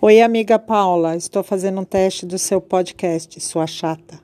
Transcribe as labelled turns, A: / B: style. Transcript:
A: Oi, amiga Paula, estou fazendo um teste do seu podcast, sua chata.